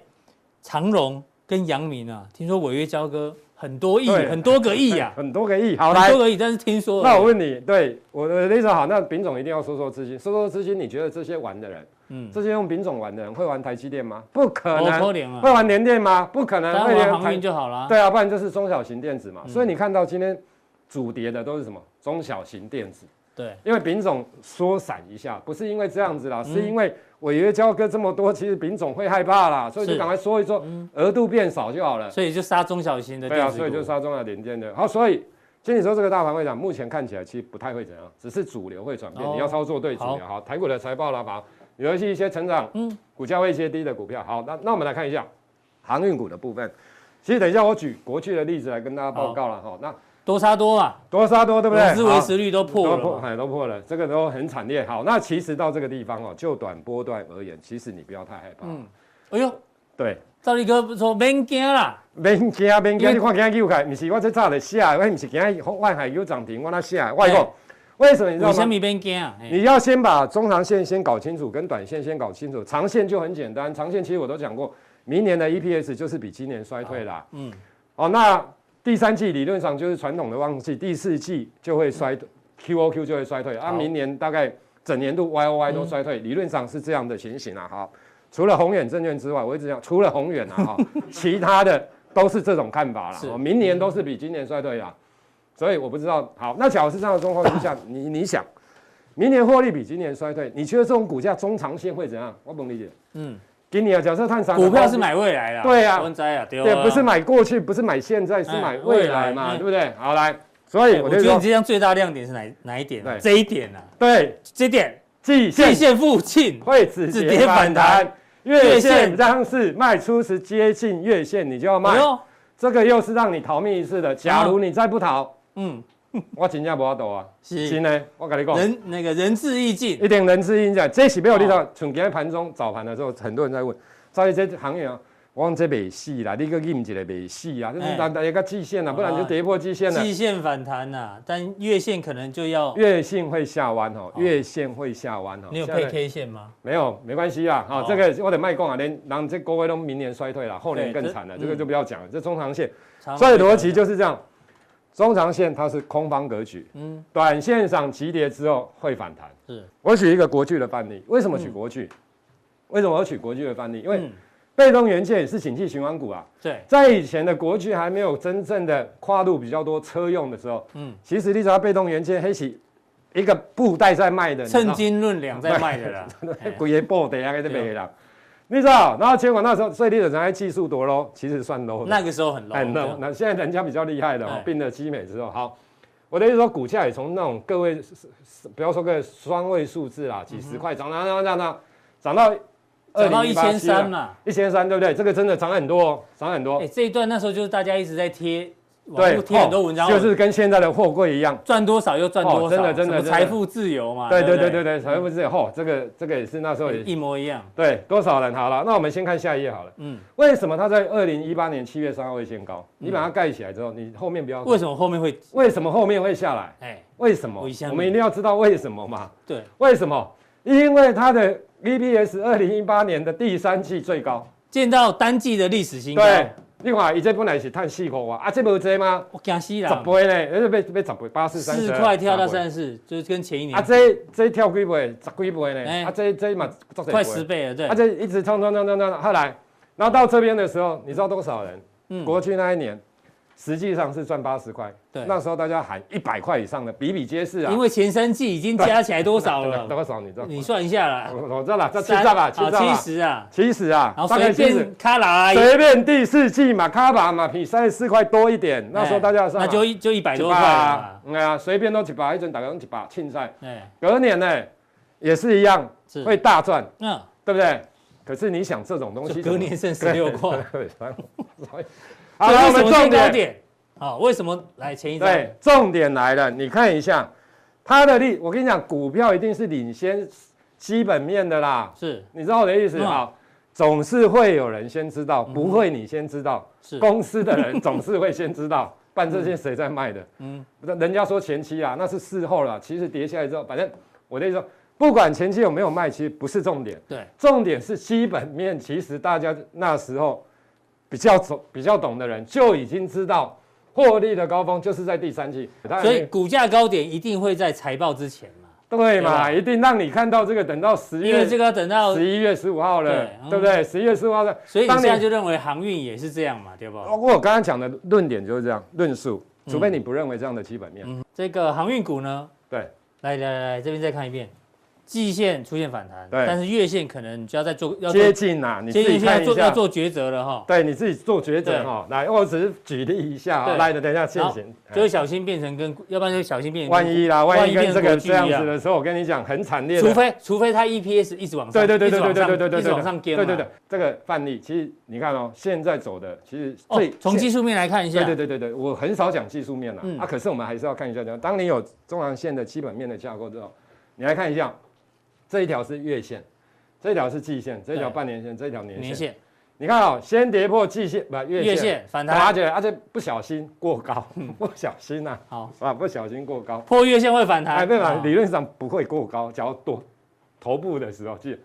S1: 长荣跟阳明啊，听说违约交割很多亿，
S2: 对
S1: 很多个亿啊，
S2: 很多个亿。 [LAUGHS] 好，来
S1: 很多，个亿，但是听说而哦已，
S2: 那我问你，对我的立场好，那丙总一定要收收资金，收收资金，你觉得这些玩的人，
S1: 嗯，
S2: 这些用丙总玩的人会玩台积电吗？不可
S1: 我扣
S2: 能。
S1: 脸啊，
S2: 会玩联电吗？不可能。
S1: 当
S2: 会
S1: 然
S2: 连
S1: 玩航
S2: 台
S1: 运就好嗯了，
S2: 对啊，不然就是中小型电子嘛。所以你看到今天主跌的都是什么？中小型电子，
S1: 对，
S2: 因为丙总缩散一下，不是因为这样子啦，
S1: 嗯
S2: 是因为违约交割这么多，其实丙总会害怕啦，所以就是赶快缩一缩，
S1: 嗯
S2: 额度变少就好了。
S1: 所以就杀中小型的
S2: 对
S1: 电
S2: 啊，
S1: 子股，
S2: 所以就是它重要点电的。好，所以经理说这个大盘会涨，目前看起来其实不太会怎样，只是主流会转变，
S1: 哦
S2: 你要操作对主流。好，台股的财报啦，好，尤其一些成长，
S1: 嗯
S2: 嗯，股价位一些低的股票。好，那那我们来看一下航运股的部分。其实等一下我举国巨的例子来跟大家报告了哈。那
S1: 多杀多嘛，
S2: 多杀多对不对？
S1: 融资维
S2: 好
S1: 持率都破
S2: 都
S1: 了
S2: 破，
S1: 嘛，
S2: 哎，都破了，这个都很惨烈。好，那其实到这个地方哦，就短波段而言，其实你不要太害怕。
S1: 嗯，哎呦，
S2: 对，
S1: 赵力哥说免惊啦，
S2: 免惊，免
S1: 因
S2: 惊，
S1: 为
S2: 你看今日又开，不是我这早就写的，我不是今日万海有涨停，我那写的。我跟你
S1: 哎
S2: 讲，为什么你知
S1: 为什
S2: 道吗？
S1: 么免惊啊？哎
S2: 你要先把中长线先搞清楚，跟短线先搞清楚。长线就很简单，长线其实我都讲过，明年的 EPS 就是比今年衰退啦。
S1: 嗯
S2: 嗯，哦，那第三季理论上就是传统的旺季，第四季就会衰退，QOQ 就会衰退，啊，
S1: 好
S2: 明年大概整年度 YOY 都衰退，理论上是这样的情形啊。好，除了宏远证券之外，我一直讲，除了宏远啊，
S1: [LAUGHS]
S2: 哈，其他的都是这种看法啦
S1: 是。
S2: 哦明年都是比今年衰退啦。所以我不知道，好，那假如是这样的状况之下，你你想，明年获利比今年衰退，你觉得这种股价中长线会怎样？我不理解。
S1: 嗯，
S2: 给你啊，假设探长
S1: 股票是买未来啦，
S2: 对啊
S1: 文摘啊，对
S2: 对，
S1: 啊
S2: 不是买过去，不是买现在，是
S1: 哎
S2: 买
S1: 未
S2: 未
S1: 来
S2: 来嘛，
S1: 哎
S2: 对不对？好，来，所以
S1: 我
S2: 我
S1: 觉
S2: 就
S1: 得你
S2: 说，
S1: 这样最大亮点是哪哪一点、啊？
S2: 对
S1: 这一点啊，
S2: 对，
S1: 这一点季
S2: 季线
S1: 线附
S2: [LAUGHS]
S1: 近，
S2: 会止
S1: 止跌
S2: 跌
S1: 反
S2: 反
S1: 弹
S2: 弹，月
S1: 月
S2: 线
S1: 线
S2: 张是卖出时接近月线，你就要卖
S1: 哎，呦，
S2: 这个又是让你逃命一
S1: 哦
S2: 次的。假如你再不逃，
S1: 嗯，
S2: 我请假不要抖啊，
S1: 是
S2: 真的，我跟你讲。
S1: 人哦那个人至义尽，
S2: 一点人之应讲，这是没有力道。从今天盘中早盘的时候，很多人在问，所以这行业啊，我讲这没戏啦，你个印一个没戏啊，就是
S1: 哎
S2: 大家个季线啦，不然就跌破季线了。
S1: 季线反弹呐、啊，但月线可能就要。
S2: 月线会下弯哦，
S1: 哦
S2: 月线会下弯哦。
S1: 你有
S2: 现在
S1: 配 K 线吗？
S2: 没有，没关系啦。好、
S1: 哦
S2: 这个我得卖供啊，连然后这国威都明年衰退了，后年
S1: 对
S2: 更
S1: 这
S2: 惨了，
S1: 嗯
S2: 这个就不要讲了。这中长线，
S1: 常
S2: 所以逻辑就是这样，中长线它是空方格局，
S1: 嗯
S2: 短线上急跌之后会反弹。
S1: 是，
S2: 我举一个国巨的范例，为什么举国巨？为什么我举国巨的范例？因为
S1: 嗯
S2: 被动元件也是景气循环股啊。
S1: 对，
S2: 在以前的国巨还没有真正的跨入比较多车用的时候，
S1: 嗯
S2: 嗯，其实你只要被动元件黑起一个布袋在卖的，你知道
S1: 趁斤论两在卖的啦。
S2: [LAUGHS]
S1: 哎
S2: 鬼也爆的啊，给这北啦。你知道，然后结果那时候最低的人还技术多 low，其实算 low 的。
S1: 那个时候很 low，
S2: 哎，那那现在人家比较厉害的、
S1: 哎
S2: 哦，并了基美之后，好，我的意思说，股价也从那种各位，不要说个双位数字啦，几十块涨，涨涨涨涨，涨到
S1: 嗯涨到一千
S2: 2018
S1: 三嘛。
S2: 一千三，对不对？这个真的涨很多哦，涨很多
S1: 哎，。这一段那时候就是大家一直在贴，网
S2: 对哦
S1: 络，贴很多文章，哦
S2: 就是跟现在的货柜一样。
S1: 赚多少又赚多少，
S2: 哦真的真的
S1: 什么
S2: 真的
S1: 财富自由嘛。
S2: 对
S1: 啊对
S2: 对
S1: 不
S2: 对对对，财富自由。哦，这个这个也是那时候也
S1: 一模一样。
S2: 对多少人好了。那我们先看下一页好了。
S1: 嗯，
S2: 为什么它在二零一八年七月三号会见高？你把它盖起来之后，你后面不要
S1: 嗯
S2: 看。
S1: 为什么后面会？
S2: 为什么后面会下来？
S1: 哎，
S2: 为什么？
S1: 为什么
S2: 我们一定要知道为什么嘛？
S1: 对，
S2: 为什么？因为它的 EPS 二零一八年的第三季最高。
S1: 见到单季的历史新高，
S2: 对，另外一这本来是探四块啊，啊这不这吗？
S1: 我惊死
S2: 十
S1: 了，
S2: 倍呢，而且被被十倍八四三
S1: 啊四块跳到三十四，就是跟前一
S2: 啊，
S1: 年
S2: 这这跳几倍？十几倍
S1: 哎
S2: 呢？啊，这这嘛，足多
S1: 快十倍了。对，
S2: 啊，这一直冲冲冲冲冲，后来，然后到这边的时候，你知道多少人？
S1: 嗯
S2: 国区那一年，实际上是赚八十块。
S1: 对
S2: 那时候大家喊一百块以上的比比皆是啊。
S1: 因为前三季已经加起来多少
S2: [LAUGHS] 多少
S1: 了？
S2: 多少你知道？
S1: 你算一下啦，
S2: 我我知道了，哦这七
S1: 三
S2: 十啊，七十
S1: 啊，
S2: 啊
S1: 七，十啊，
S2: 七十啊
S1: 然，后
S2: 大概
S1: 随
S2: 七十
S1: 便。卡拉而已哎
S2: 随便第四季嘛，卡把嘛，比三十四块多一点。那时候大家
S1: 哎
S2: 上啊
S1: 那就一就一百
S2: 一
S1: 多块了嘛，
S2: 哎呀，随便都几把，一准打个一把庆赛。
S1: 哎，
S2: 隔年呢，也是一样，
S1: 是嗯
S2: 会大赚，
S1: 那
S2: 对不对？可是你想这种东西
S1: 就
S2: 怎
S1: 隔
S2: 么，
S1: 年剩十六块。
S2: [LAUGHS] 对，然后所以好
S1: 好
S2: 了，
S1: 了，
S2: 我
S1: 我
S2: 们
S1: 们最高
S2: 重点
S1: 点，好，为什么来前一张？
S2: 对，重点来了，你看一下它的利，我跟你讲，股票一定是领先基本面的啦，
S1: 是
S2: 你知道我的意思
S1: 嗯
S2: 好，总是会有人先知道，不会你先知道，
S1: 是，
S2: 公司的人总是会先
S1: [LAUGHS]
S2: 知道，办这些谁在卖的？
S1: 嗯
S2: 嗯，人家说前期啊，那是事后啦，其实跌下来之后，反正我的意思说，不管前期有没有卖，其实不是重点，
S1: 对，
S2: 重点是基本面，其实大家那时候比较懂、比较懂的人就已经知道，获利的高峰就是在第三季，当然
S1: 所以股价高点一定会在财报之前嘛，
S2: 对
S1: 对吧
S2: 嘛，一定让你看到这个，等到十
S1: 因为
S2: 月
S1: 这个要等到，
S2: 十一月十五号了
S1: 对嗯，
S2: 对不对？十一月十五号了，
S1: 所以你
S2: 当哦
S1: 现在就认为航运也是这样嘛，对不？
S2: 包括我刚刚讲的论点就是这样论述，除非你不认为这样的基本面，
S1: 嗯，这个航运股呢，
S2: 对，
S1: 来来来，这边再看一遍，季线出现反弹，
S2: 对
S1: 但是月线可能就要再做要做
S2: 接近啦，你自
S1: 接
S2: 己
S1: 近
S2: 看
S1: 要
S2: 一
S1: 做要
S2: 下。
S1: 做抉择了哈，
S2: 对，你自己做抉
S1: 对
S2: 择哈。来，我只是举例一下
S1: 对
S2: 啊。来的，等一下现
S1: 好
S2: 行。
S1: 就会小心变成跟，要不然就小心变成
S2: 万一啦，
S1: 万
S2: 万
S1: 一
S2: 一
S1: 变
S2: 跟
S1: 成
S2: 这
S1: 国
S2: 个
S1: 际
S2: 这样
S1: 一样
S2: 子的时候，我跟你讲，很惨烈的。
S1: 除非除非它 EPS 一直往上，
S2: 对对对
S1: 一直
S2: 对对
S1: 往
S2: 对
S1: 上
S2: 对对对，
S1: 一直往上跟，
S2: 对对对，，这个范例其实你看哦，现在走的其实
S1: 哦
S2: 最，
S1: 从技术面来看一下，
S2: 对对对对对，我很少讲技术面啦
S1: 嗯，
S2: 啊，可是我们还是要看一下这样。当你有中长线的基本面的架构之后，你来看一下，这一条是月线，这一条是季线，这一条
S1: 对
S2: 半年线，这一条年
S1: 年
S2: 线。
S1: 线、
S2: 你看哦，先跌破季线，不
S1: 月
S2: 月线，
S1: 线反
S2: 打
S1: 弹，嗯
S2: 起来，而且不小心过高， [LAUGHS] 不小心呐，
S1: 好，
S2: 啊，不小心过高。
S1: 破月线会反弹，哦
S2: 哎，对
S1: 好
S2: 嘛，理论上不会过高，只要多头部的时候记得。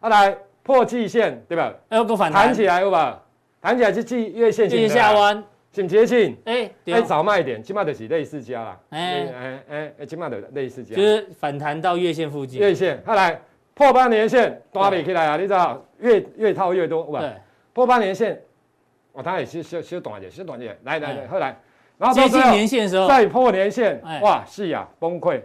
S2: 啊，来破季线，对吧？
S1: 哎要个反弹
S2: 弹，起来有吧？弹起来就季月线啊型的
S1: 月
S2: 啦，
S1: 下弯，
S2: 挺接近。
S1: 哎，
S2: 哎，
S1: 对，
S2: 早卖点，起码就是类似家啦。
S1: 哎
S2: 哎哎哎哎，起码的类似家
S1: 就。是反弹到月线附近，
S2: 月线，啊来破半年线，抓不起来啊！你知道，越越套越多，有吧？
S1: 对，
S2: 破半年线，哦，它也是小小短一点，小短一点。来来
S1: 哎
S2: 来，后来，然后到
S1: 接
S2: 最
S1: 近
S2: 后
S1: 年线的时候，
S2: 再破年线
S1: 哎，
S2: 哇，是呀，崩溃，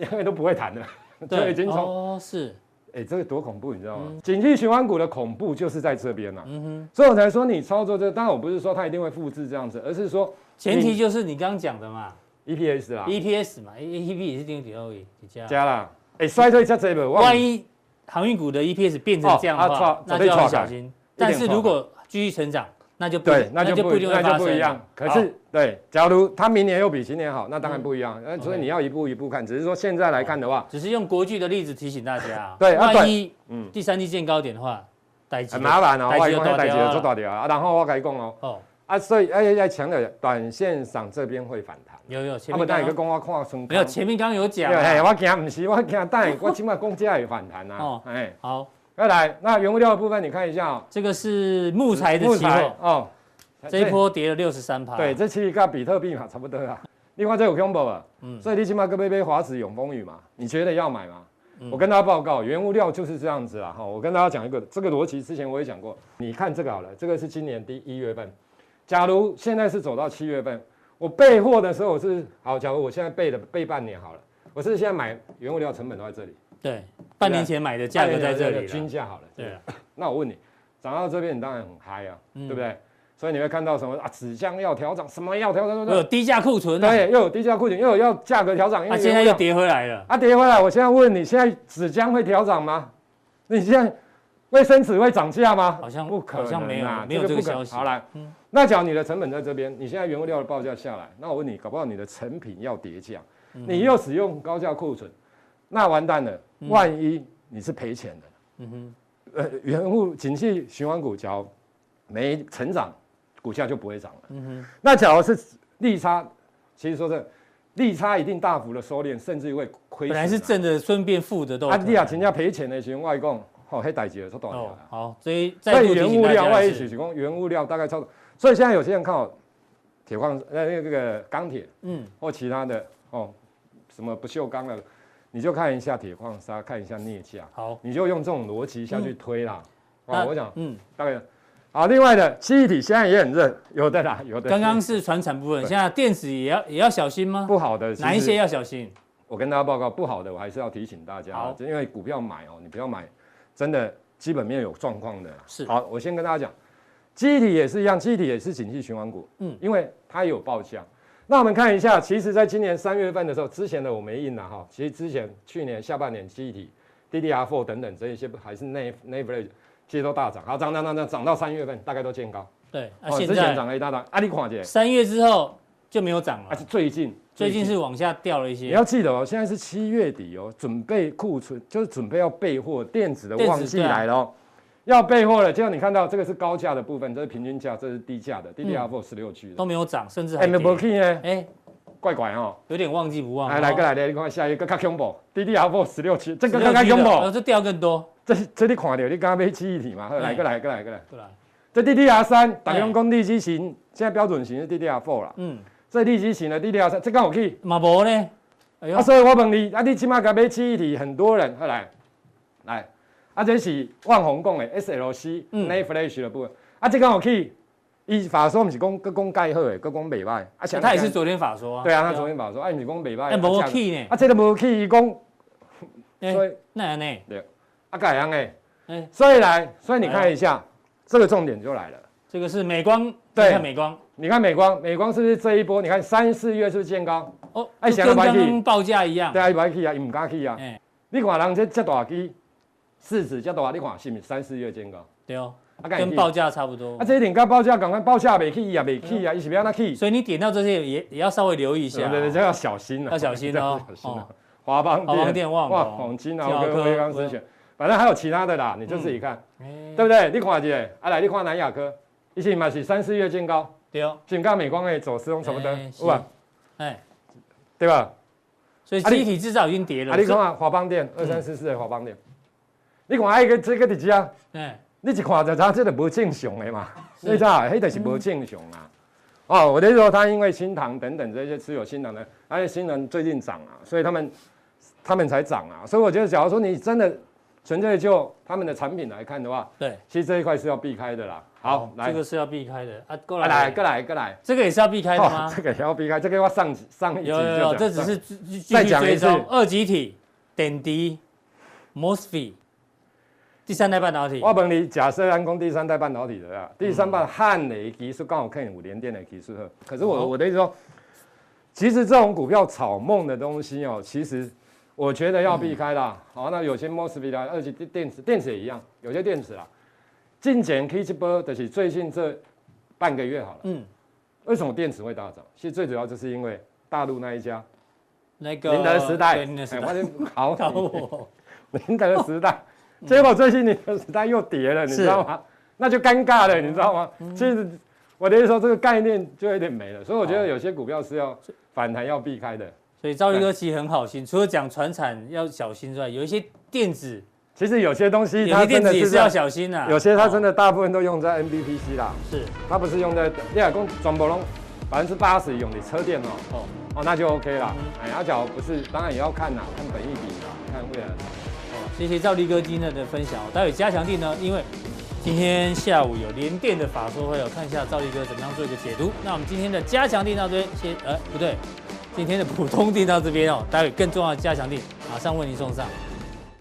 S2: 因为都不会弹了，就已经从
S1: 哦嗯是，
S2: 哎，这个多恐怖，你知道吗？景气循环股的恐怖就是在这边呐，
S1: 嗯哼，
S2: 所以我才说你操作这，当然我不是说它一定会复制这样子，而是说
S1: 前提就是你刚刚讲的嘛
S2: EPS 啦，
S1: ，EPS 嘛，AEP 也是定比较比较，
S2: 加啦，哎，衰退加这个，
S1: 万一航运股的 EPS 变成这样的
S2: 哦啊
S1: 话
S2: 错，
S1: 那就
S2: 早被
S1: 要很
S2: 错开
S1: 小心，但是如果继续成长，那就不
S2: 对，那
S1: 那
S2: 就
S1: 就
S2: 不
S1: 不一定会
S2: 那就
S1: 发
S2: 不
S1: 生啊
S2: 一样
S1: 了，。
S2: 可
S1: 好嗯
S2: 是对，假如它明年又比今年好，那当然不一样。那所
S1: OK 哦
S2: 以你要一步一步看，只是说现在来看的话，
S1: 只是用国剧的例子提醒大家啊，
S2: 对啊
S1: 万一
S2: 嗯
S1: 第三季见高点的话，逮几
S2: 很麻烦哦。
S1: 代
S2: 外
S1: 志就
S2: 公要
S1: 大
S2: 代
S1: 条
S2: 几
S1: 啊
S2: 个做大条啊，然后我跟你讲哦，
S1: 哦，
S2: 啊，所以哎要强调一下，短线上这边会反弹。
S1: 有有前
S2: 啊，不，
S1: 面
S2: 但
S1: 刚
S2: 一个
S1: 刚
S2: 讲我看成
S1: 没有前面刚刚有讲啊，
S2: 哎，我惊不是，我惊，但我起码讲这有反弹啊
S1: 哦。
S2: 哎，
S1: 好，
S2: 再来，那原物料的部分你看一下哦，
S1: 这个是木材的
S2: 木
S1: 期
S2: 材
S1: 货，
S2: 哦，
S1: 这一波跌了六十三趴，
S2: 对，这其实跟比特币嘛差
S1: [LAUGHS]
S2: 不
S1: 嗯
S2: 多啊。另外这有 combo 啊，所以你起码跟贝贝华子永丰雨嘛，你觉得要买吗？
S1: 嗯
S2: 我跟大家报告，原物料就是这样子啊。哈，我跟大家讲一个这个逻辑，之前我也讲过。你看这个好了，这个是今年第一月份。假如现在是走到七月份，我备货的时候我是好，假如我现在备的备半年好了，我是现在买原物料成本都在这里，
S1: 对，半年前买的价格在这里
S2: 均
S1: 了，
S2: 价好了。
S1: 对，啊嗯
S2: 那我问你，涨到这边你当然很嗨啊，对不对？所以你会看到什么啊？纸浆要调涨，什么要调涨？
S1: 我有低价库存啊，
S2: 对，又有低价库存，又有要价格调涨，因
S1: 啊，
S2: 为
S1: 现在
S2: 原物
S1: 又
S2: 料
S1: 跌回来了，
S2: 啊，跌回来，我现在问你，现在纸浆会调涨吗？你现在卫生纸会涨价吗？
S1: 好像
S2: 不可能、啊，
S1: 好像没有没有
S2: 这
S1: 这个
S2: 不可
S1: 消息嗯
S2: 好啦，那假如你的成本在这边，你现在原物料的报价下来，那我问你，搞不好你的成品要跌价，
S1: 嗯
S2: 你又使用高价库存，那完蛋了，
S1: 嗯
S2: 万一你是赔钱的。嗯哼，呃，原物景气循环股假如没成长，股价就不会涨了。嗯哼，那假如是利差，其实说这利差一定大幅的收敛，甚至于会亏
S1: 本
S2: 损啊。
S1: 来是正的，顺便负的都有
S2: 啊，
S1: 可
S2: 你啊，
S1: 能
S2: 真正赔钱的时候，我讲，吼、迄代志就出大条
S1: 哦
S2: 啦。，
S1: 好，所以再
S2: 所以
S1: 度提
S2: 原
S1: 醒
S2: 啊物
S1: 大
S2: 料，
S1: 家
S2: 我
S1: 的
S2: 意思
S1: 是，
S2: 是讲原物料大概超，所以现在有些人看哦，铁矿呃那个这个钢铁
S1: 嗯，
S2: 或其他的哦，什么不锈钢的，你就看一下铁矿砂，看一下镍价，
S1: 好，
S2: 你就用这种逻辑下去推啦。
S1: 嗯那
S2: 哦，我想
S1: 嗯，
S2: 大概好。另外的记忆体现在也很热，有的啦，有的。
S1: 刚刚是船产部分，
S2: 对
S1: 现在电子也要也要小心吗？
S2: 不好的其
S1: 哪一
S2: 实
S1: 些要小心？
S2: 我跟大家报告不好的，我还是要提醒大家啊
S1: 好，
S2: 因为股票买哦，你不要买真的基本面有状况的啦。
S1: 是
S2: 好，我先跟大家讲，记忆体也是一样，记忆体也是景气循环股，
S1: 嗯
S2: 嗯，因为它有报价。那我们看一下，其实在今年三月份的时候，之前的我没印了哈，其实之前去年下半年记忆体、DDR4 等等这一些还是内内 v 其实都大涨，好涨涨涨涨涨到三月份，大概都见高。
S1: 对，啊，
S2: 哦，
S1: 现
S2: 之前
S1: 在
S2: 涨了一大档，啊，你看姐，
S1: 三月之后就没有涨
S2: 而
S1: 了
S2: 且，最近
S1: 啊最近是往下掉了一
S2: 你
S1: 些
S2: 要。记得哦，现在是七月底哦，准备库存就是准备要备货，电子的
S1: 电子
S2: 旺季
S1: 对啊
S2: 来了哦，要备货了。就像你看到这个是高价的部分，这是平均价，这是低价的 DDR4 十六 G
S1: 嗯都
S2: 的。
S1: 没有涨，甚至
S2: 哎，
S1: 还
S2: 没
S1: 跌。
S2: 不去呢，
S1: 哎，哦
S2: 怪怪哦。
S1: 有点忘记不忘。
S2: 来来个来来，你看下一个更加恐怖，DDR4 十六 G，这个更
S1: 更
S2: 加恐怖，
S1: 哦这掉更多，
S2: 这这你看到你刚刚要记忆体嘛？好来
S1: 哎
S2: 个来个来个来，
S1: 对吧？
S2: 这 DDR3 打用工地基型，现在标准型是 DDR4 啦，
S1: 嗯，
S2: 这地基型的 DDR3 这刚好去。
S1: 马博呢？哎呦
S2: 啊，，所以我问你，啊，你即马甲买记忆体，很多人后来来，啊，这是万宏讲的 SLC
S1: 嗯
S2: n a Flash 的部分，啊，这刚有去，伊法说毋是讲，佮讲介好诶，佮讲袂歹，啊，谁
S1: 他也是
S2: 知
S1: 昨天法说啊。
S2: 对啊，他昨天法说，啊，毋是讲袂歹，
S1: 哎，
S2: 啊
S1: 没
S2: 价格
S1: key 呢？
S2: 啊，这个无去，伊讲，
S1: 哎
S2: 所以
S1: 那样呢？
S2: 啊，改样诶
S1: 哎，
S2: 所以来，所以你看一下，这个重点就来了。
S1: 这个是美光，
S2: 对
S1: 你看美光
S2: 你看美光，美光是不是这一波？你看三四月是不是见高？
S1: 哦，
S2: 哎
S1: 就
S2: 想
S1: 跟
S2: 到白
S1: 刚
S2: key
S1: 刚报价一样
S2: 对。啊，伊歹去啊，伊毋敢去啊
S1: 哎。
S2: 你看人这遮大机，市值遮大，你看是毋是三四月见高？
S1: 对哦，
S2: 啊，敢会
S1: 跟
S2: 去
S1: 报价差不多
S2: 啊，。这一点跟报价赶快报价未起，伊也未起啊，伊是要哪起？
S1: 所以你点到这些也也要稍微留意一
S2: 对
S1: 下
S2: 对对，这
S1: 哦。
S2: 要小心了，啊
S1: 要小心哦
S2: [LAUGHS] 这要小心
S1: 哦
S2: 了。华邦
S1: 华邦电旺
S2: 哇，
S1: 哦
S2: 黄金啊，
S1: 金豪
S2: 跟
S1: 科
S2: 威刚之选，反正还有其他的啦，你就自己看，
S1: 哎
S2: 对不对？你看一下，啊来，你看南亚科，伊是嘛是三四月见高，
S1: 对哦，
S2: 警告美光的走势用什么
S1: 哎
S2: 灯，
S1: 是
S2: 有吧？
S1: 哎，
S2: 对吧？
S1: 所以
S2: 啊你
S1: 集体制造已经跌了
S2: 啊，你。看啊，华邦电二三四四的华邦电，你看啊，一个这个地址啊，
S1: 哎，
S2: 你一看就知道这个不正常的嘛，你知道，迄就是不正常
S1: 嗯
S2: 啊。哦，我的意思说，他因为新塘等等这些持有新塘的，而且新塘最近涨啊，所以他们他们才涨啊。所以我觉得，假如说你真的纯粹就他们的产品来看的话，
S1: 对，
S2: 其实这一块是要避开的啦。好，来，
S1: 这个是要避开的啊。过
S2: 啊来，
S1: 来，
S2: 过来，过来，
S1: 这个也是要避开的吗？
S2: [LAUGHS] 这个也要避开，这个要上集上一集就
S1: 有有有，
S2: 讲
S1: 这只是继继继
S2: 再
S1: 续
S2: 讲一
S1: 追
S2: 次
S1: 踪二极体、点滴、MOSFET、第三代半导体。
S2: 我问你，假设安工第三代半导体的啊，
S1: 嗯
S2: 第三代汉雷技术刚好看有联电的技术呵，可是我、
S1: 哦
S2: 我的意思说，其实这种股票炒梦的东西哦，其实我觉得要避开啦。好、那有些 MOSFET 啦，而且电池电池也一样，有些电池啦，进前 K 这波就是最近这半个月好了，
S1: 嗯，
S2: 为什么电池会大涨？其实最主要就是因为大陆那一家
S1: 那个
S2: 宁德时代，
S1: 对宁德时
S2: 哎
S1: 代，
S2: 我就考
S1: 搞
S2: 你 [LAUGHS]
S1: 我，
S2: 宁德时代，
S1: 哦
S2: 结果最近宁德时代又跌了，你知道吗？那就尴尬了，你知道吗？
S1: 嗯
S2: 其实我的意思说，这个概念就有点没了，所以我
S1: 哦
S2: 觉得有些股票是要反弹要避开的。
S1: 所以赵立哥其实很好心，除了讲船产要小心之外，有一些电子，
S2: 其实有些东西
S1: 有
S2: 它
S1: 些
S2: 真
S1: 电
S2: 的
S1: 子也
S2: 是
S1: 是
S2: 这
S1: 要哦
S2: 样，
S1: 小心呐。
S2: 有些它真
S1: 的
S2: 的大部分都用在 NBPC 啦，
S1: 是
S2: 它不是用在啊你海工转博龙百分之八十用的车电哦、
S1: 哦，嗯
S2: 啊哦，那就 OK 啦。哎，阿角不是，当然也要看啦，看本益比啦，看未来的。
S1: 谢谢赵力哥今天的分享哦。待会加强地呢，因为今天下午有连电的法说会哦，看一下赵力哥怎么样做一个解读。那我们今天的加强地到这边先，呃，不对，今天的普通地到这边哦，待会更重要的加强地马上为您送上。